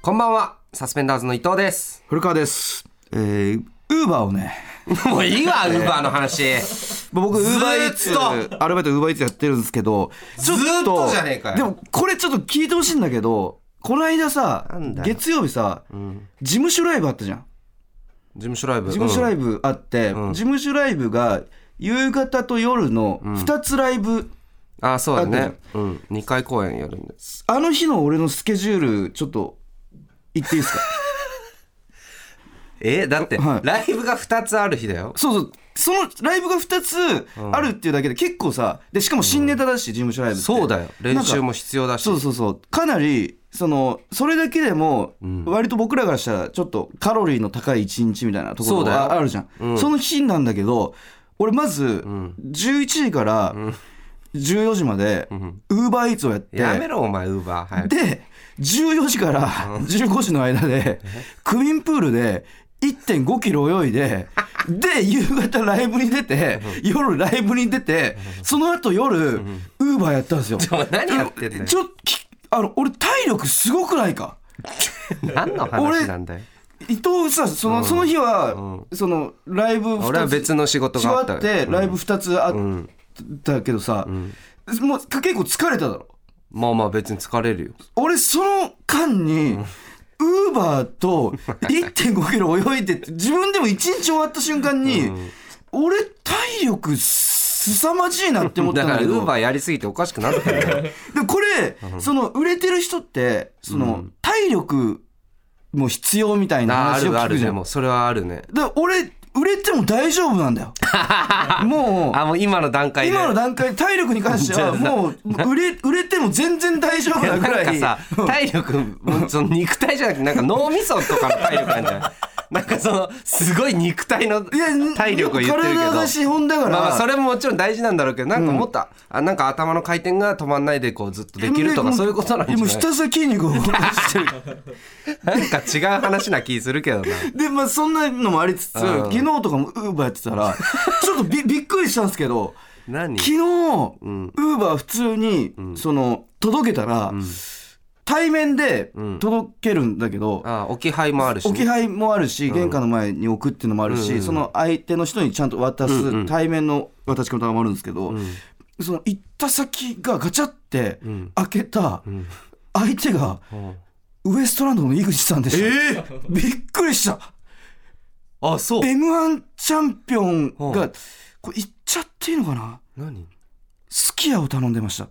こんばんは、サスペンダーズの伊藤です。古川です。えー、ウーバーをね、もういいわ、ウーバーの話。まあ僕、ウずーっーとバーイーツ、アルバイトウーバーイーツやってるんですけど、ちょっと、ずーっとじゃねえかよでも、これちょっと聞いてほしいんだけど、この間さなんだ、よ月曜日さ、事務所ライブあったじゃん。事務所ライブ。事務所ライイブあって、ん事務所ライブが、夕方と夜の2つライブ、ブ。あ、そうだあねっ。うん。2回公演やるんです。あの日の俺のスケジュール、ちょっと、言っていいですかえ、だって、はいライブが2つある日だよ。 そうそう。そのライブが2つあるっていうだけで結構さ、で、しかも新ネタだし、事務所ライブって。そうだよ。練習も必要だし。そうそうそうかなりそのそれだけでも割と僕らからしたらちょっとカロリーの高い一日みたいなとこそうろだよがああるじゃんそ,、の日なんだけど俺まず11時から14時までウーバーイーツをやって、やめろ、お前、ウーバー。早く。で14時から15時の間でクミンプールで1 5キロ泳いでで夕方ライブに出て夜ライブに出てその後夜ウーバーやったん ですよ。ちょ何やってんだよち。ょっときあの俺体力すごくないか何の話なんだよ。伊藤さその,、その日は、そのライブ俺は2つ別の仕事違があっ。ったてライブ2つあったけどさ、もう結構疲れただろまあまあ別に疲れるよ。俺その間に、ウーバーと1.5キロ泳いでって自分でも1日終わった瞬間に、俺体力すさまじいなって思っだたんかだら、けウどーバーやりすぎておかしくなったんだよ。でもこれ、その売れてる人ってその、体力も必要みたいなああ話をるあ聞くるじゃでん。も、それはあるね。で俺売れても大丈夫なんだよ。 もうあ、もう今の段階で。今の段階体力に関してはもう売れ売れても全然大丈夫いやなぐ ならんかい。さ体力もうその肉体じゃなくてなんか脳みそとかの体力なんじ ゃないなんかそのすごい肉体のいや体力を言ってるけど体が資本だから。まあまあそれももちろん大事なんだろうけどなんかもっと、あなんか頭の回転が止まんないでこうずっとできるとかもそういうことなんじゃなもういひたすら 筋肉を動かしてるなんか違う話な気するけどなでまあそんなのもありつつうん昨日とかもウーバーやってた らちょっとびびっくりしたんですけど何昨日ウーバー普通にその届けたら対面で届けるんだけど、あ置き配もあるし、置き配もあるし玄関の前に置くっていうのもあるし、その相手の人にちゃんと渡す対面の渡し方もあるんですけど、その行った先がガチャって開けた相手がウエストランドの井口さんでした、びっくりしたあそう m 1チャンピオンはあがこれ行っちゃっていいのかな何すき家を頼んでました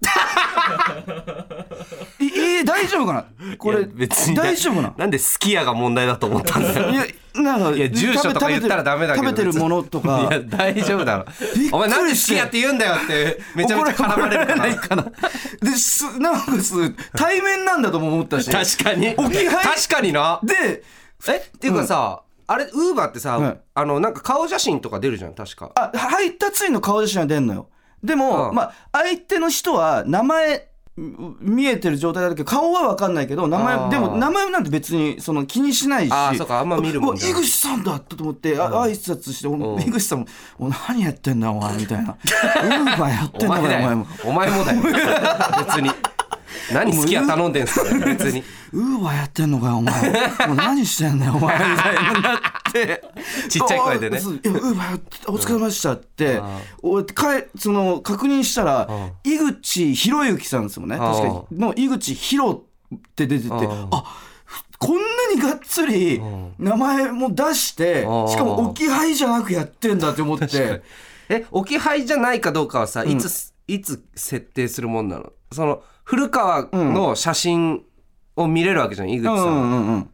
いえー大丈夫かなこいれや別に大丈夫かななんでスキヤが問題だと思ったんだよいや、なんか、いや住所とか言ったらダメだけど食べてるものといかや、大丈夫だろびっくりしてお前なんでスキヤって言うんだよってめちゃめちゃ絡まれる怒からられないかな。 で、す、なんかす、対面なんだとも思ったし。確かに置き配確かになで、えっていうかさ、あれウーバーってさ、はいあのなんか顔写真とか出るじゃん確かあ、配達員の顔写真は出んのよ。でも、うんまあ、相手の人は名前、う見えてる状態だけど顔は分かんないけど名あー前でも名前なんて別にその気にしないしあーそうかあんま見るもんうじゃわ井ない口さんだと思ってあ挨拶しておうん井口さんも「お何やってんだお 前」みたいな「ウーバーやってんおだから前おだ前よもお前もだよ別に何好きや頼んでんすか別にウーバーやってんのかよお前もう何してんだよお前」みたいになってちっちゃい声でねあそういやウーバーやってお疲れ様でしたって、俺かえその確認したら、井口博之さんですもんねあ確かにの井口博って出てて、んあこんなにがっつり名前も出して、んしかも置き配じゃなくやってんだって思って。え置き配じゃないかどうかはさ、いついつ設定するもんなのその古川の写真を見れるわけじゃん井口うさ、んうんんうん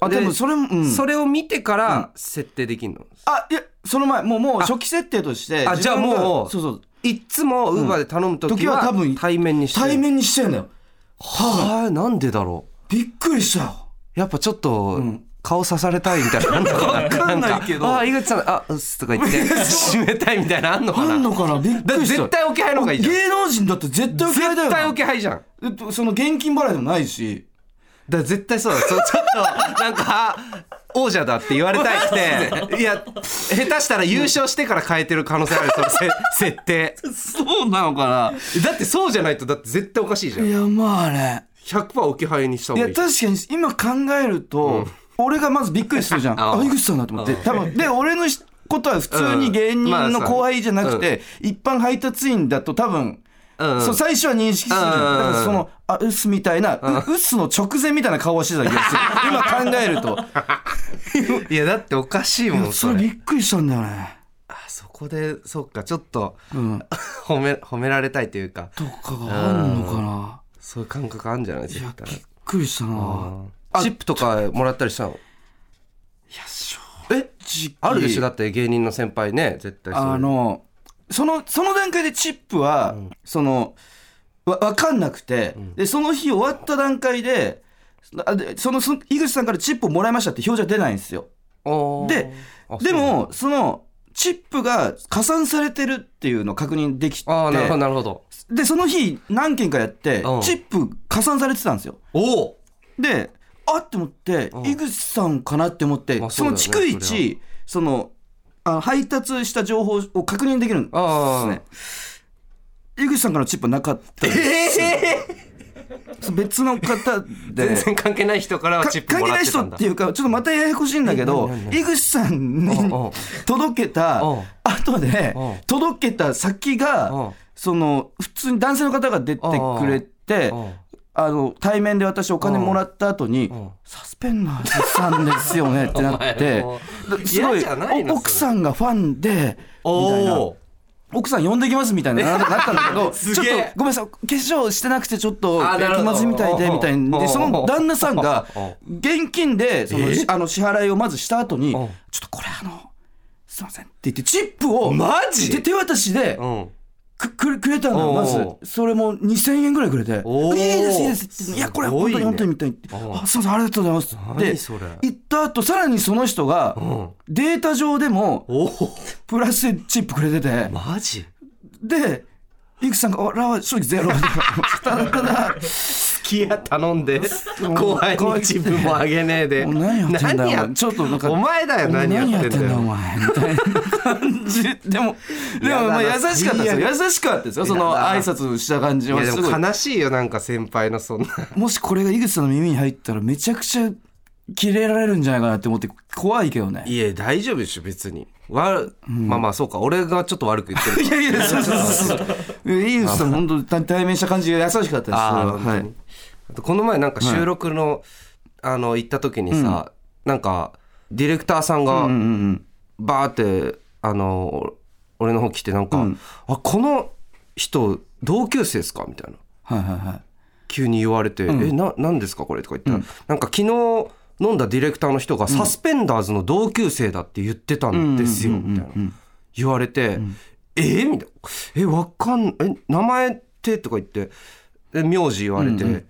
あででもそれも、うんそれを見てから設定できるの、あいやその前もうもう初期設定としてあ自分がじゃあもうそうそういっつもウーバーで頼む時時はは多分対面にしてる対面にしてんだよはあなんでだろうびっくりしたよやっぱちょっと顔刺されたいみたいな。 わかんないけどああ、井口さん、あ、うっすとか言 って、締めたいみたいなのあんのかなあんのかなびっだくりした絶対置き配の方がいいじゃん。芸能人だって絶対受け合いだ絶よな対置き配じゃん。だかえっとその現金払いでもないしら絶対そうだ。そうちょっと、なんか、王者だって言われたいって、いや、下手したら優勝してから変えてる可能性ある、そのせ設定。そうなのかだってそうじゃないと、だって絶対おかしいじゃないん。やまあね100%置き配にしたい方がやいい確かに今考えると、俺がまずびっくりするじゃんあ ああ井口さんだと思って多分で俺のしことは普通に芸人の後輩じゃなくて、一般配達員だと多分、うんそう最初は認識するじゃん、うんだからそのあうっすみたいな、ううっすの直前みたいな顔をしてた気がす る今考えるといやだっておかしいもんそそれびれっくりしたんだよねあそこでそっかちょっとうんと褒め褒められたいというかかがあんのかなそういう感覚あるんじゃないい絶やび対っくりしたなあチップとかもらったりしたのえ時期あるでしょだって芸人の先輩ね絶対そうあのそのその段階でチップは、そのわ分かんなくて、でその日終わった段階であでそのその井口さんからチップをもらいましたって表示は出ないんですよおーであでそうなんだもそのチップが加算されてるっていうのを確認できてあーなるほどなるほどでその日何件かやってうんチップ加算されてたんですよおおであって思ってうん井口さんかなって思ってまあそそうだのよね逐一そのあ配達した情報を確認できるんですあね井口さんからのチップはなかったですええそう別の方で全然関係ない人からはかチップ関も係らなっいて人たっんだていうかちょっとまたややこしいんだけど何何何井口さんにうんうん届けたうん後でうん届けた先うんがその普通に男性の方が出てくれてうんあの対面で私お金もらった後にうん「サスペンダーズさんですよね」ってなっておすご嫌いじゃないのそれお奥さんがファンでみたいなおお奥さん呼んできますみたいなななったんだけど すちょっげとえごめんなさい化粧してなくてちょっとあなるほどまずいみたいでみたいおうおうでその旦那さんがおうおう現金でそのえあの支払いをまずした後に「ちおょうっとこれあのすいません」って言ってチップをマジで手渡しでうんくくれくれたのよまずおうそれも2000円ぐらいくれて「おういいですいいです」って「いやこれすご本い当ねに本当に」みたいに「おうあすいませんありがとうございます」何でそれ行った後さらにその人がうんデータ上でもおおプラスでチップくれてて。マジで、井口さんが、俺は正直ゼロ。 ただただ、きや頼んで後輩にチップもあげねえでもう何やってんだよ何やお前ちょっとなんかお前だよ何やってんだおよ前。みたいな感じ。でも、でも、まあ優やだなしかったですいよ。や優しかったですよ。その挨拶した感じいはやですごいも。悲しいよなんか先輩のそんなもしこれが井口さんの耳に入ったら、めちゃくちゃ、キレられるんじゃないかなって思って、怖いけどね。いや大丈夫でしょ別にわ、まあまあそうか俺がちょっと悪く言ってるいやいや、そうそうそう そう。井口さん、本当対面した感 じが優しかったです。あーは本当いに。あとこの前なんか収録の、あの行った時にさ、なんかディレクターさんうんうがんうん。バーってあの俺の方来てなんか「うんあこの人同級生ですか?」みたいなはいはいはい。急に言われて「えな何ですかこれ?」とか言ったら、なんか昨日飲んだディレクターの人が「サスペンダーズの同級生だって言ってたんですよ」みたいな言われて「えーみたいな「えわかんえ名前って?」とか言ってで名字言われて、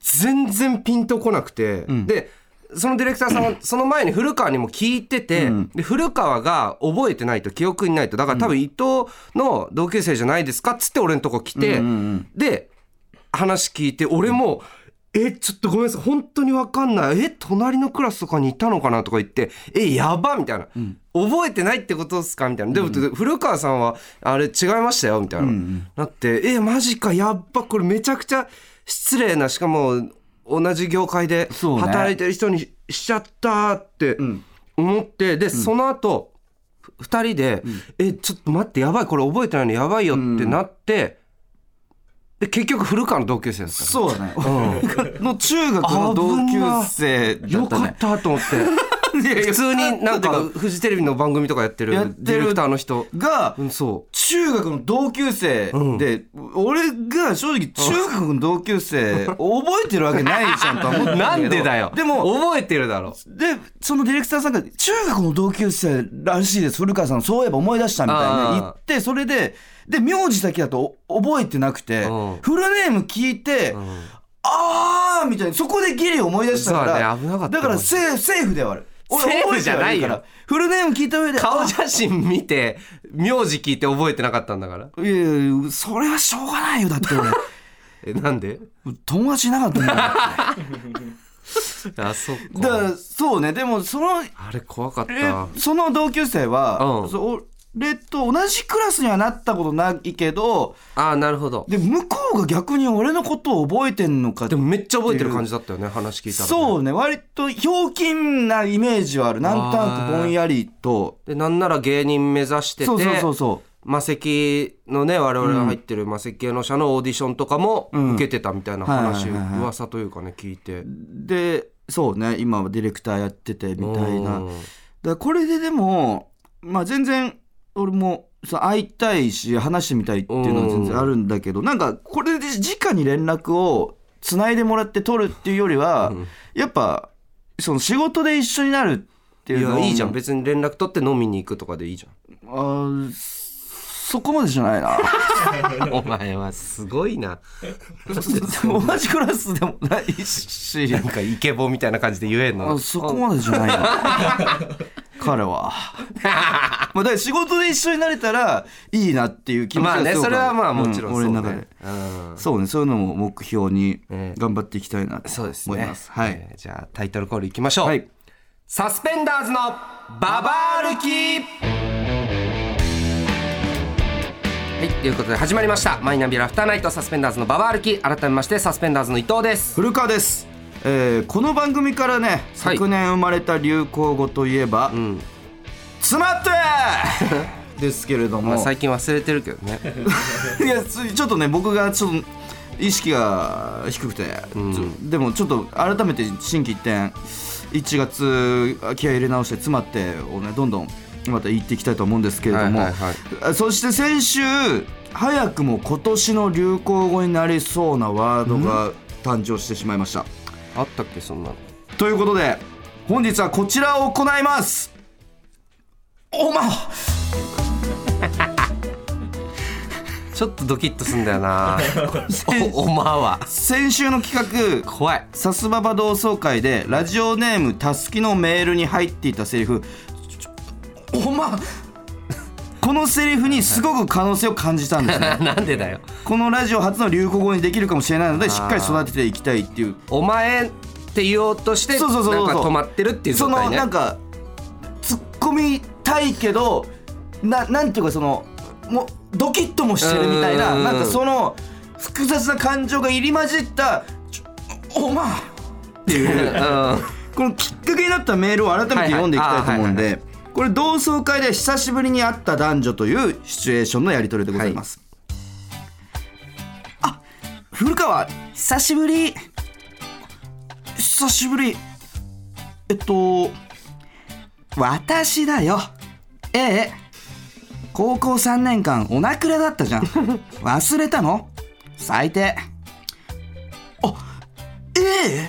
全然ピンとこなくて、でそのディレクターさんはその前に古川にも聞いてて、で古川が覚えてないと記憶にないとだから多分伊藤の同級生じゃないですかっつって俺のとこ来て、で話聞いて俺も「えちょっとごめんなさい本当に分かんないえ隣のクラスとかにいたのかな?」とか言って「えやば」みたいな、覚えてないってことですか?」みたいなでも、古川さんは「あれ違いましたよ」みたいな、なって「えマジかやっばこれめちゃくちゃ失礼なしかも同じ業界でそうね働いてる人にしちゃった」って思って、で、その後2人で「えちょっと待ってやばいこれ覚えてないのやばいよ」ってなって、で結局古川の同級生だったのそうだね。の中学の同級生だよったかねっ。たと思って。 普通になんかフジテレビの番組とかやってるやってるディレクターの人がう、んそ中学の同級生で、俺が正直中学の同級生覚えてるわけないじゃんとは思ってうたけどなんでだよでも、覚えてるだろで、そのディレクターさんが、中学の同級生らしいです、古川さん、そういえば思い出したみたいあなー言って、それで、で、名字だけだとお覚えてなくてうん、フルネーム聞いて、あーみたいな、そこでギリ思い出したかそうだら、ね危なかっただからセーフ、セーフではある。セーフ覚えじてゃなはいいよるから、フルネーム聞いた上で、顔写真見て名字聞いて覚えてなかったんだからいやいや、それはしょうがないよ。だって俺、 えなんで友達いなかったんだ か。あそっからだから、そうね。でも、その、あれ怖かったえその同級生は、うんそれと同じクラスにはなったことないけどああなるほどで向こうが逆に俺のことを覚えてんのかでもめっちゃ覚えてる感じだったよね話聞いたら、ね、そうね割とひょうきんなイメージはあるなんとなくぼんやりとでなんなら芸人目指しててそうそうそうそう魔石のね我々が入ってる魔石芸能者のオーディションとかも受けてたみたいな話、うんはいはいはいはい噂というかね聞いてでそうね今はディレクターやっててみたいうなだかんらこれででもまあ全然俺もそう会いたいし話してみたいっていうのは全然あるんだけどなんかこれで直に連絡をつないでもらって取るっていうよりは、んやっぱその仕事で一緒になるっていういのやいいじゃんあ別に連絡取って飲みに行くとかでいいじーそこまでじ ゃな いなゃんお前はすごいな同じクラスでもないし なんかイケボみたいな感じで言えんのあそこまでじゃないな 彼はまあだから仕事で一緒になれたらいいなっていう気持ちまがあねすごくそれはまあもちろんうそう、ね俺の中でうんそうねそういうのも目標にええ頑張っていきたいなとそうです思いねます、はい、えーじゃあタイトルコールいきましょう、はいサスペンダーズのババ歩きはいということで始まりましたマイナビラフターナイトサスペンダーズのババ歩き改めましてサスペンダーズの伊藤です古川です、えーこの番組からね昨年生まれた流行語といえば「んつまって! 」 ですけれども、まあ最近忘れてるけどね いやつちょっとね僕がちょっと意識が低くて、ちょでもちょっと改めて心機一転1月気合い入れ直して詰まってをねどんどんまた言っていきたいと思うんですけれども、はいはいあそして先週早くも今年の流行語になりそうなワードが誕生してしまいました、あったっけそんなのということで本日はこちらを行いますおまちょっとドキッとすんだよ なおおまわ先週の企画怖いさすばば同窓会でラジオネームたすきのメールに入っていたセリフちょおまこのセリフにすごく可能性を感じたんですねなんでだよこのラジオ初の流行語にできるかもしれないのでしっかり育てていきたいっていうお前って言おうとしてそうそうそうそうなんか止まってるっていうそ状の態ねなんか突っ込みたいけどななんていうかそのもうドキッともしてるみたいうんなうんうんなんかその複雑な感情が入り混じったちょおまっていううんこのきっかけになったメールを改めて読んでいきたいと思うはんでこれ同窓会で久しぶりに会った男女というシチュエーションのやり取りでございます、あ古川久しぶり久しぶりえっと私だよええ高校3年間おなくらだった じゃん忘れたの最低あえ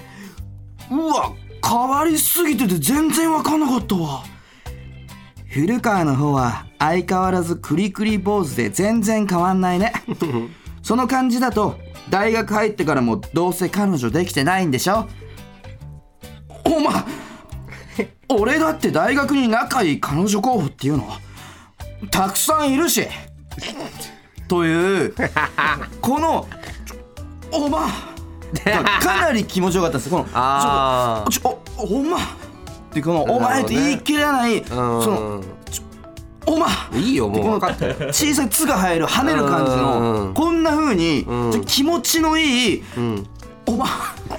えうわ変わりすぎてて全然わかんなかったわ古川の方は相変わらずクリクリ坊主で全然変わんないねその感じだと大学入ってからもどうせ彼女できてないんでしょお前俺だって大学に仲いい彼女候補っていうのたくさんいるしというこのちょおまかなり気持ちよかったですこのちょあーちょおおまってこの「お前」って言い切れない、その「おま」いいよもう分かったよ小さい「つ」が入る跳ねる感じうのんこんな風にんちょ気持ちのいいん「おま」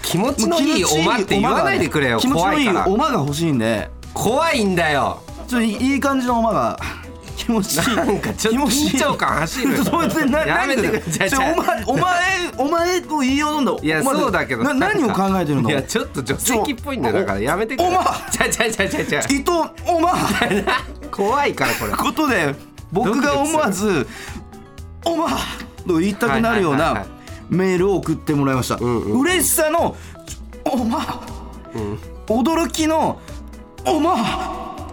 気持ちのいいおまって言わないでくれよ気持ち怖のいいいからおまが欲しいんで怖いんだよちょっといいいい感じのおまが気持ちいいなんかちょっ気と持ちいい緊張感走るよちょっと待ってなやめてなくんれでじゃあちじょゃあお前お前お前を言いようなんだいやお前そうだけどな何を考えてるのいやちょっと女性器っぽいんだよだからやめてくれおまちゃちゃちゃちゃちゃ伊藤おま怖いからこれことで僕が思わず「おま!」と言いたくなるようはいはいはいなはメールを送ってもらいました、んうん嬉しさの「おま!」驚きの「おま!」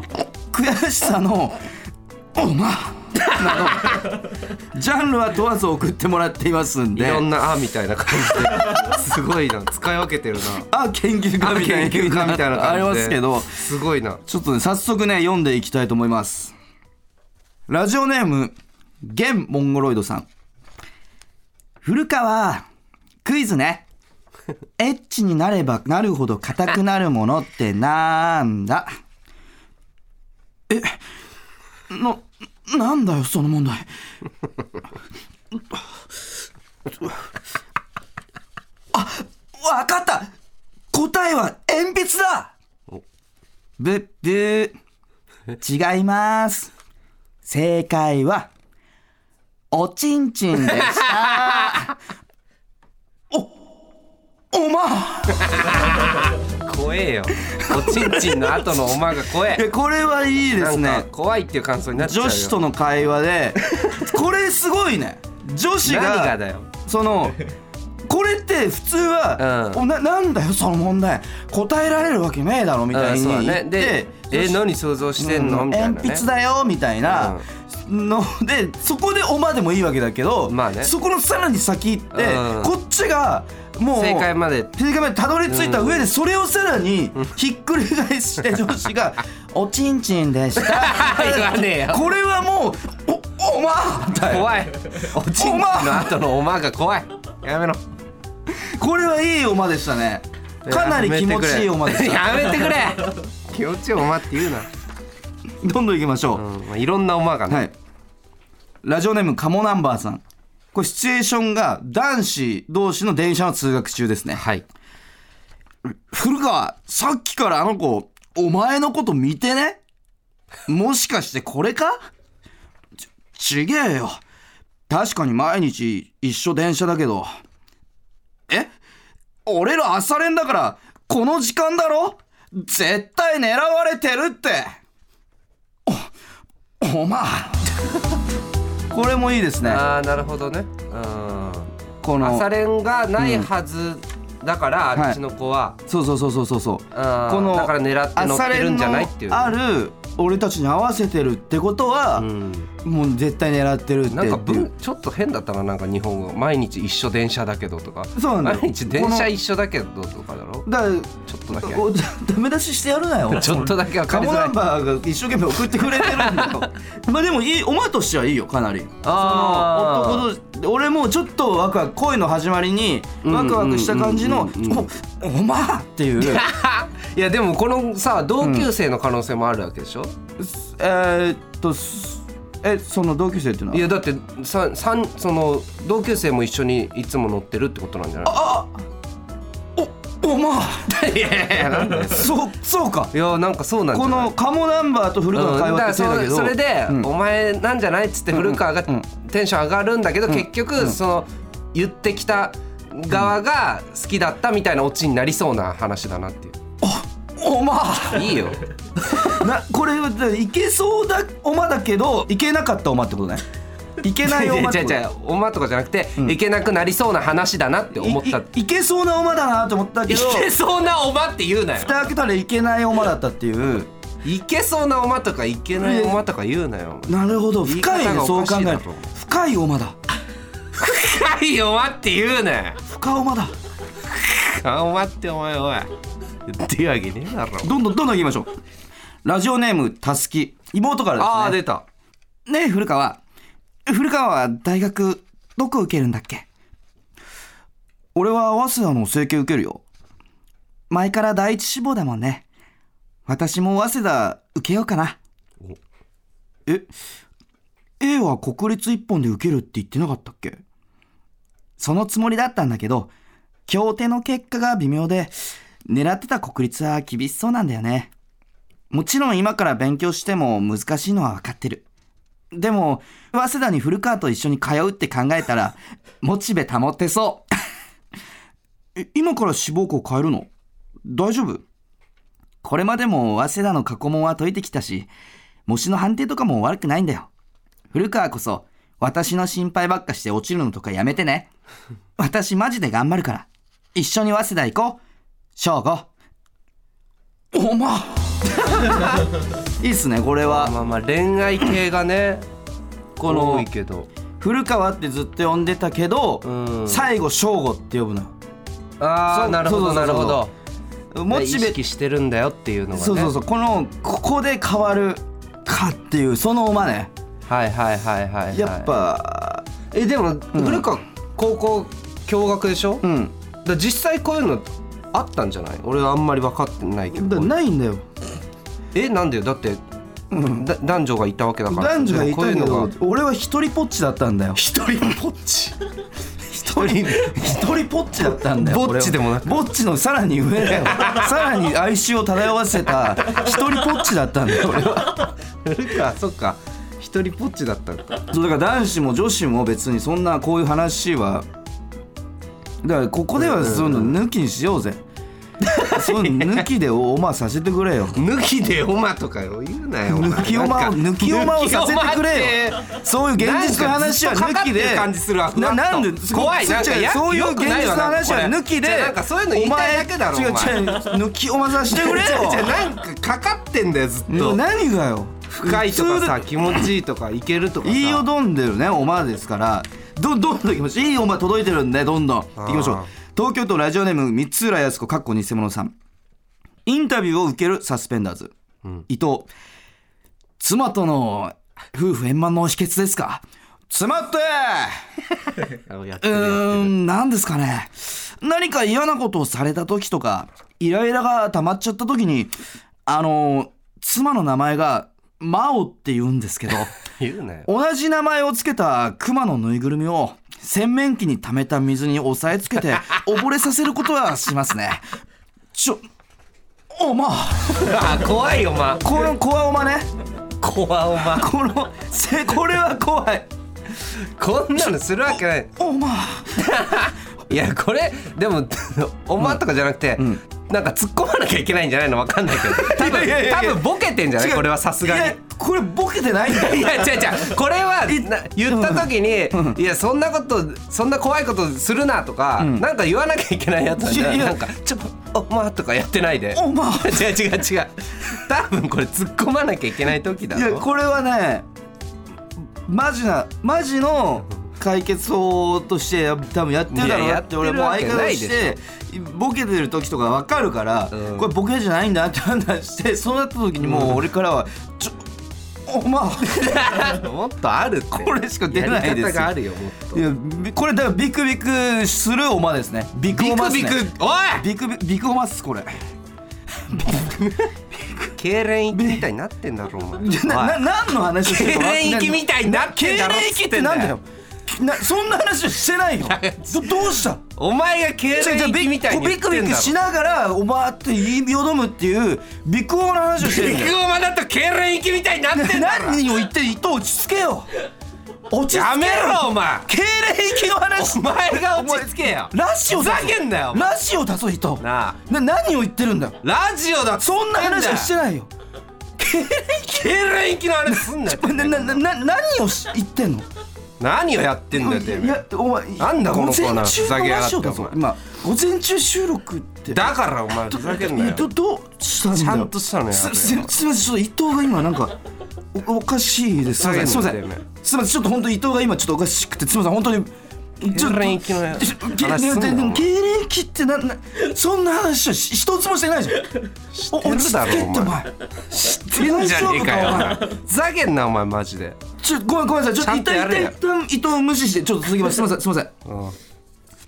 悔しさの「おま!」 などジャンルは問わず送ってもらっていますんいでろんなあみたいな感じですごいな使い分けてるなあ研究家あみたい研な究家みたいな感じでありますけどすごいなちょっとね、早速ね、読んでいきたいと思います。ラジオネーム、ゲンモンゴロイドさん。古川、クイズね。エッチになればなるほど硬くなるものってなんだえ、な、なんだよその問題 あわかった答えは鉛筆だブブー違います正解はおちんちんでしたおおま怖えよおちんちんの後のおまんが怖えいやこれはいいでなすんかね怖いっていう感想になっちゃうよ女子との会話でこれすごいね女子が何がだよそのこれって普通は、うんおななんだよその問題答えられるわけねえだろみたいにうん言そうだって、ねで「え何想像してんの?」みたいな、ね、鉛筆だよみたいなのでそこで「おま」でもいいわけだけど、まあねそこのさらに先行って、うんこっちがもう正解ま で正解までたどり着いた上でそれをさらにひっくり 返して上司が「おちんちんでした」言わねえよこれはもう「おおま」だよ怖いおちんちんの後のおまんが怖いやめろこれはいい「おま」でしたねかなり気持ちいい「おま」でしやためてくれ 気持ちいいおまって言うな、どんどんいきましょう、うんまあ、いろんなおまがね、はい。ラジオネームカモナンバーさん。これシチュエーションが男子同士の電車の通学中ですね。はい、古川、さっきからあの子、お前のこと見てねもしかしてこれかち、ちげえよ。確かに毎日一緒電車だけど。え俺ら朝練だから、この時間だろ絶対狙われてるってお、おまあ。これもいいですね。ああなるほどねうんこの、朝練がないはずだから、はいあっちの子は、そうそうそうそうそうそう。あーこのだから狙って乗ってるんじゃないっていう、朝練のある俺たちに合わせてるってことは、うん、もう絶対狙ってるってなんかっていう文ちょっと変だったななんか日本語毎日一緒電車だけどとかそうなんだよ毎日電車こ一緒だけどとかだろのだからちょっとだけお ダメ出ししてやるなよちょっとだけ分かカりモづナらンいバーが一生懸命送ってくれてるん だよまあでもいいお前としてはいいよかなりあーその男と俺もちょっとワクワク恋の始まりにんワクワクした感じのうんうんうん「おおまっていう、いやでもこのさ同級生の可能性もあるわけでしょ、えーっとすえその同級生っていうのはいやだってささんその同級生も一緒にいつも乗ってるってことなんじゃなあおおまいいやいやなんだよそうそうかいやなんかそうなんじゃこないのカモナンバーと古川うのん会話ってせいだけど、からそそれで、うんお前なんじゃない?」っつって古川がうんうんテンション上がるんだけど、結局その言ってきた側が好きだったみたいなオチになりそうな話だなっていう。おまいいよなこれはいけそうだおまだけどいけなかったおまってことねいけないおまっじてゃこじとゃおまとかじゃなくて、いけなくなりそうな話だなって思ったいいいいけそうなおまだなと思ったけどけそうなおまって言うなよ蓋開けたらいけないおまだったっていういけそうなおまとかいけないおまとか言うなよお前なるほど言い深い方ねがそおうか考しいだえるろと深いおまだ深いおまって言うなよ深おまだあおまってお前おい言ってるわけねえだろどんどんどんどんいきましょうラジオネームたすき妹からですねああ出たねえ古川古川は大学どこ受けるんだっけ俺は早稲田の整形受けるよ前から第一志望だもんね私も早稲田受けようかなえ A は国立一本で受けるって言ってなかったっけそのつもりだったんだけど協定の結果が微妙で狙ってた国立は厳しそうなんだよねもちろん今から勉強しても難しいのは分かってるでも早稲田に古川と一緒に通うって考えた らモチベ保ってそうえ今から志望校変えるの大丈夫これまでも早稲田の過去問は解いてきたし模試の判定とかも悪くないんだよ古川こそ私の心配ばっかして落ちるのとかやめて ね私マジで頑張るから一緒に早稲田行こう翔吾おま いいっすねこれはまあまあ恋愛系がねこの多いけど、古川ってずっと呼んでたけど、うん、最後翔吾って呼ぶのよあそあうなるほそどうそうなそるうそうほどモチ意ベ識してるんだよっていうのがねそうそうそうこのここで変わるかっていうその馬ねはいはいはいはい、はい、やっぱ、えでも古川高校共学でしょ、うんだから実際こういうのあったんじゃない俺はあんまり分かってないけだどないんだよえなんでよだってだ男女がいたわけだから男女がいたけでもこういうのどが俺は一人ぽっちだったんだよ一人ぼっ ち一人 一人ぽっちだった んだよぼっちでもなく俺はぼっちのさらに上だよさらに哀愁を漂わせた一人ぽっちだったんだよ俺はそれかそっか一人ぼっちだったのかそうだから男子も女子も別にそんなこういう話はだからここではそういうの抜きにしようぜ、そういうの抜きでオマさせてくれよ抜きでおまとかよ言うなよお前抜きオマをなん抜かきオマをさせてく抜きおれよまってそういう現実の話はなんかずっとかかっ抜きてでる感じするわななふんわっでと怖いなんかやそういうよ現く実ないのわなんか話はこれ抜きでじゃあなんかそういうの言いたいだけだろお前お前 違う違う抜きオマさせてくれよじゃなんかかかってんだよずっもうと何がよ深いとかさ普通気持ちいいとかいけるとかさ言いよどんでるねおまですからどんどんどんいきましょういいおま届いてるんでどんどんいきましょうあー東京都ラジオネーム三浦靖子かっこ偽物さんインタビューを受けるサスペンダーズ、伊藤妻との夫婦円満の秘訣ですか妻ってやってうるやってーるん何ですかね何か嫌なことをされた時とかイライラが溜まっちゃった時にあの妻の名前が真央って言うんですけど言うなよ同じ名前をつけた熊のぬいぐるみを洗面器に溜めた水に押さえつけ て溺れさせることはしますねちょおまあ怖いよまこのコアおまね怖おまこのせこれは怖いこんなのするわけないおまいやこれでも おまとかじゃなくて、なんか突っ込まなきゃいけないんじゃないのわかんないけど多分 いやいやいや多分ボケてんじゃないこれはさすがいやに。これボケてないんだよいや違う違うこれはな言った時に「いやそんなことそんな怖いことするな」とか、なんか言わなきゃいけないやつなんじゃないいやいやなんか「ちょっとおま」とかやってないでおま 違う違う違う多分これ突っ込まなきゃいけない時だいろやこれはねマジなマジの解決法として多分やってるだろうなっていや俺もうやって相るわけ方ないとでししょてボケてる時とか分かるから、うんこれボケじゃないんだって判断してそうなった時にもう俺からは「ちょおまあ」もっとあるってこれしか出ないやですより方があるよもっといやびこれだからビクビクするおまですねビクビおまクっすねビクおいビクビクビクおまっ すこれ痙攣みたいになってんだろお前なな何の話をして痙るか攣行きみたいになっ痙てんだろ攣行きってなんだよなそんな話をしてないよどどうしたお前が痙攣行きみたいに言ビってクんだろビクしながら「おば」って言いよどむっていうビクオの話をしてるんビだクよオマだと痙攣行きみたいになってんだろ何を言って糸落ち着けよ落ち着けよやめろお前痙攣域の話お前が落ち着けよラジオだぞふざけんなよお前ラジオだぞ糸なあな何を言ってるんだよラジオだっつってそんな話はしてんだよないよ痙攣行きの話すんなよなななな何をし言ってんの何をやってんだよていめえやお前なんだこのコーナー午前中ふざけやがラってジオだぞお今午前中収録ってだからお前ふざけんなよどどうしたんだよちゃんとしたのよす後ですすいませんちょっと伊藤が今なんかおおかしいですすいませんすいませふざけんなよんすいませんちょっと本当伊藤が今ちょっとおかしくてすいません本当にちょっと経歴の話すんなよでででお前経歴ってななそんな話はし一つもしてないじゃんお落るち着だろけっておお前知っていいん大じ丈ゃねえ夫かよかお前ふざけんなお前マジでちょごめんごめんなさいちょっちと一ゃんとやれ旦よ一旦伊藤を無視してちょっと続きますすいませんすいませんうん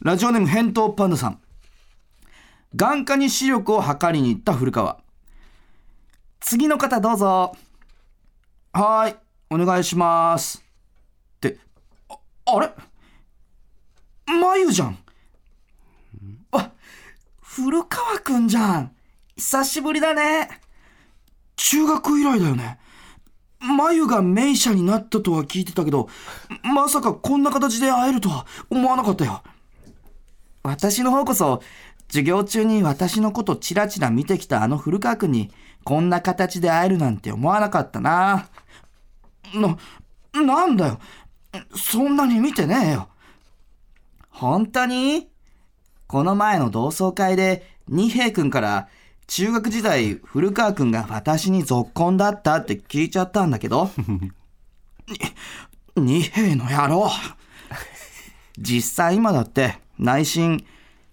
ラジオネーム返答パンダさん眼科に視力を測りに行った古川次の方どうぞはーいお願いしますってああれ眉じゃんあ古川くんじゃん久しぶりだね中学以来だよね眉が名車になったとは聞いてたけどまさかこんな形で会えるとは思わなかったよ私の方こそ、授業中に私のことチラチラ見てきたあの古川くんに、こんな形で会えるなんて思わなかったな。な、なんだよ。そんなに見てねえよ。本当にこの前の同窓会で、二平くんから、中学時代、古川くんが私に続婚だったって聞いちゃったんだけど。に、二平の野郎。実際今だって内心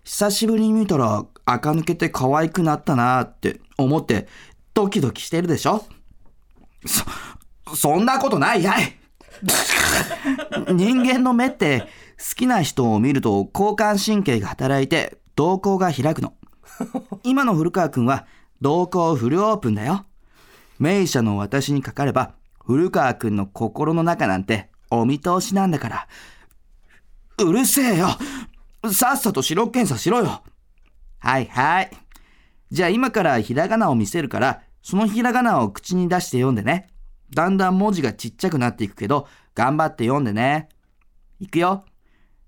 久しぶりに見たら垢抜けて可愛くなったなーって思ってドキドキしてるでしょそそんなことないやい人間の目って好きな人を見ると交感神経が働いて瞳孔が開くの今の古川くんは瞳孔フルオープンだよ名車の私にかかれば、古川君の心の中なんてお見通しなんだから。うるせえよさっさと視力検査しろよはいはい。じゃあ今からひらがなを見せるから、そのひらがなを口に出して読んでね。だんだん文字がちっちゃくなっていくけど、頑張って読んでね。いくよ。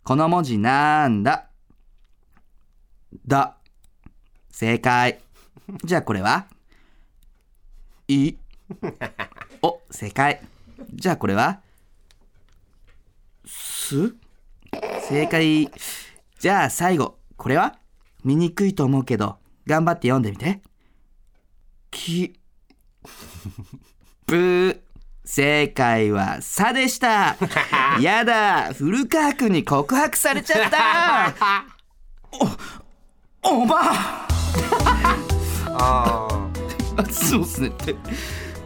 この文字なんだだ。正解。じゃあこれはい。お、正解。じゃあこれはす正解。じゃあ最後、これは醜いと思うけど、頑張って読んでみて。き、 ぶ、正解はさでした。やだ、古川君に告白されちゃった。お、おばああああそうですねって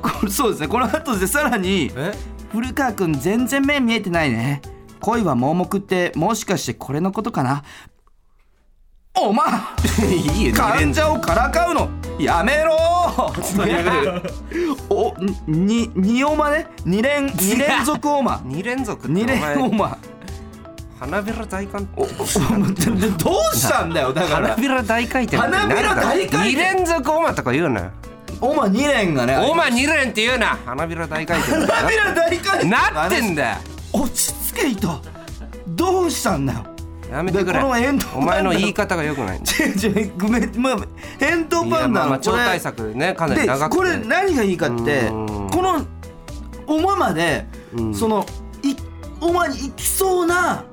これそうですねこの後でさらにえ古川くん全然目見えてないね恋は盲目ってもしかしてこれのことかなおまいいよ患者をからかうのやめろ おににおまね二連二連続おま2連続って二お連お前ま花びら大寒おおででどうしたんだよだから花びら大回転花びら大回転2連続オマとか言うなおま二連がねオマ2連って言うな花びら大回転花びら大回転ななってんだよ落ち着け糸どうしたんだよ やめてくでれこのエンドお前の言い方が良くないんだ違う違うごめんまあ返答いパやンまダあまあの超大作ねかなりで長くてこれ何がいいかってうんこのおままでうんそのいおまに行きそうな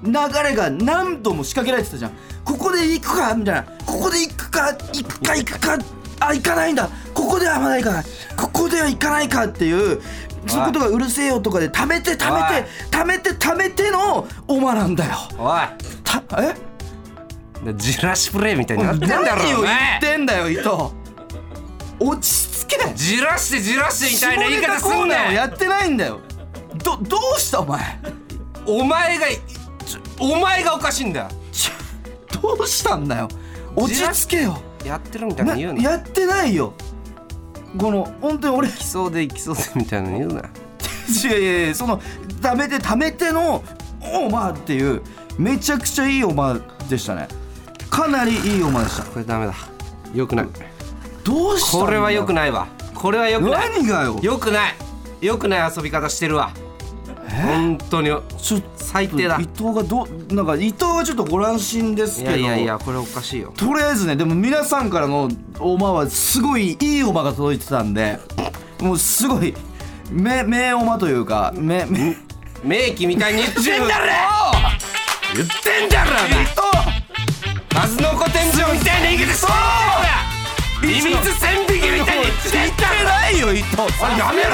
流れが何度も仕掛けられてたじゃんここで行くかみたいなここで行くか行くか行くかあ行かないんだここではまないかここでは行かないかっていうそういうことがうるせえよとかで貯めて貯めて貯めて貯めてのおまなんだよおいたえジラシプレイみたいになってんだろ何をお言前ってんだよ伊藤落ち着けじらしてじらしてみたいな言い方下ネタすコーんナーをなやよってないんだよどどうしたお前お前がちょお前がおかしいんだよちょどうしたんだよ落ち着けよやってるみたいに言うななやってないよこの本当に俺きそうでいきそうでみたいなの言うないやいやいやその貯めて貯めてのおまあっていうめちゃくちゃいいおまでしたねかなりいいおまでしたこれダメだ良くないどうしたんだよこれは良くないわこれは良くない何がよ良くない良くない遊び方してるわ本当にちょ最低だ伊藤がどうなんか伊藤はちょっとご乱心ですいけどやいやいやこれおかしいよとりあえずねでも皆さんからのおまはすごいいいおまが届いてたんでもうすごいめ名おまというかめめ名機みたいに言ってんだろ言ってんだろお前数の子天井みたいな言い方してんだよ秘密千匹みたいに言ってんだろないよ伊藤さんやめろ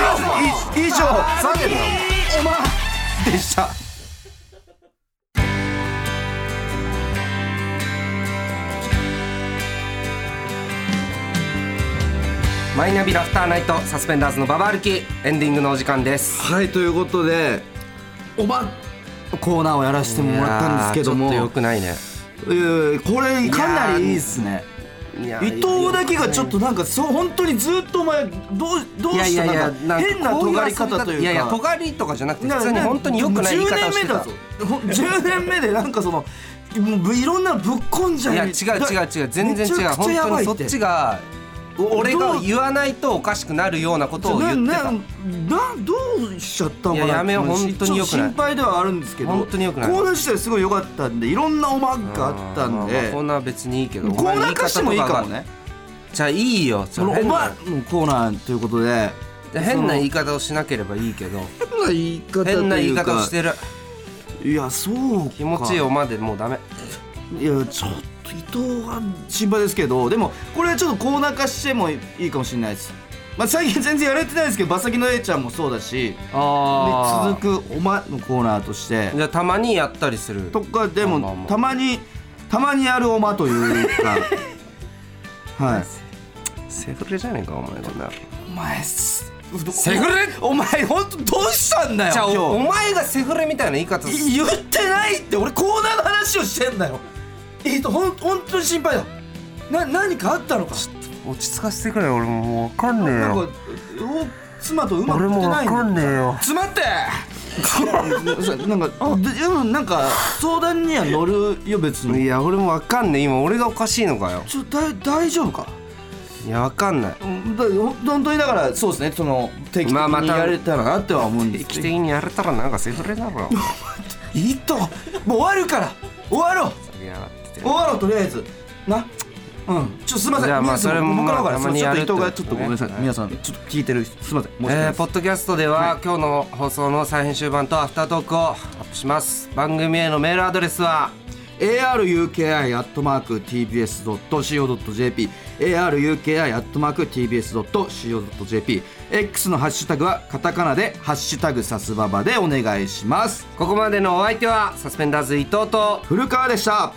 お前い以上3件のおまでしたマイナビラフターナイトサスペンダーズのババ歩きエンディングのお時間ですはいということでおまコーナーをやらせてもらったんですけどもいやーちょっと良くないねえーこれかなりいいですねいや伊藤だけがちょっいとなんかそう本当にずっとお前どうどうやいしやたいなやんか変な尖り方といういかやいや尖りとかじゃなくて普通に本当に良くない言い方をしてた10年目だぞ10年目でなんかそのもういろんなのぶっこんじゃいいや違う違う違う全然違めちうゃくちゃ本や当ばにいそっってちが俺が言わないとおかしくなるようなことを言ってなたななどうしちゃったのかないややめようもう本当に良くないちょっと心配ではあるんですけど本当に良くないコーナー自体すごい良かったんでいろんなおまんがあったんまあまあでコーコナー別にいいけどーナー化してもいいかもお前の言い方とねがじゃあいいよそのおまのコーナーということで変な言い方をしなければいいけど変な言い方というか変な言い方をしてるいやそうか気持ちいいおまでもうダメいやちょっと伊藤が心配ですけどでもこれはちょっとコーナー化してもいいかもしれないです、まあ、最近全然やれてないですけど馬先の A ちゃんもそうだしあで続く「おま」のコーナーとしてじゃあたまにやったりするとかでまあまあまもあたまにたまにある「おま」という かはいセフレじゃねえかお前こんなお前すセフレお前本当どうしたんだよじゃあおお今前がセフレみたいな言い方日い言ってないって俺コーナーの話をしてんだよえっとほん本当に心配だな何かあったのか落ち着かせてくれよ俺もう分かんねえなんよかお妻とうまく俺いっもてな分いのかんねえよ詰まって なんかでもなんか相談には乗るよ別にいや俺も分かんねえ今俺がおかしいのかよちょだ大丈夫かいや分かん ないうんだほ本当にだからそうですねその定期的まあまにたやれたらなっては思うんです定期けど、的にやれたらなんかセフレだ ろいいともう終わるから終わろういやって終わろうとりあえずなうんちょっとすいませんじゃあまあ皆さんそれも僕の方かまらあすいませんたまにちょっやるってこと伊藤がちょっととねごめんなさい皆さんちょっと聞いてるすいません申し訳ないえーですポッドキャストでは、今日の放送の再編集版とアフタートークをアップします番組へのメールアドレスは aruki.tbs.co.jp aruki.tbs.co.jp X のハッシュタグはカタカナで「ハッシュタグさすばば」でお願いしますここまでのお相手はサスペンダーズ伊藤と古川でした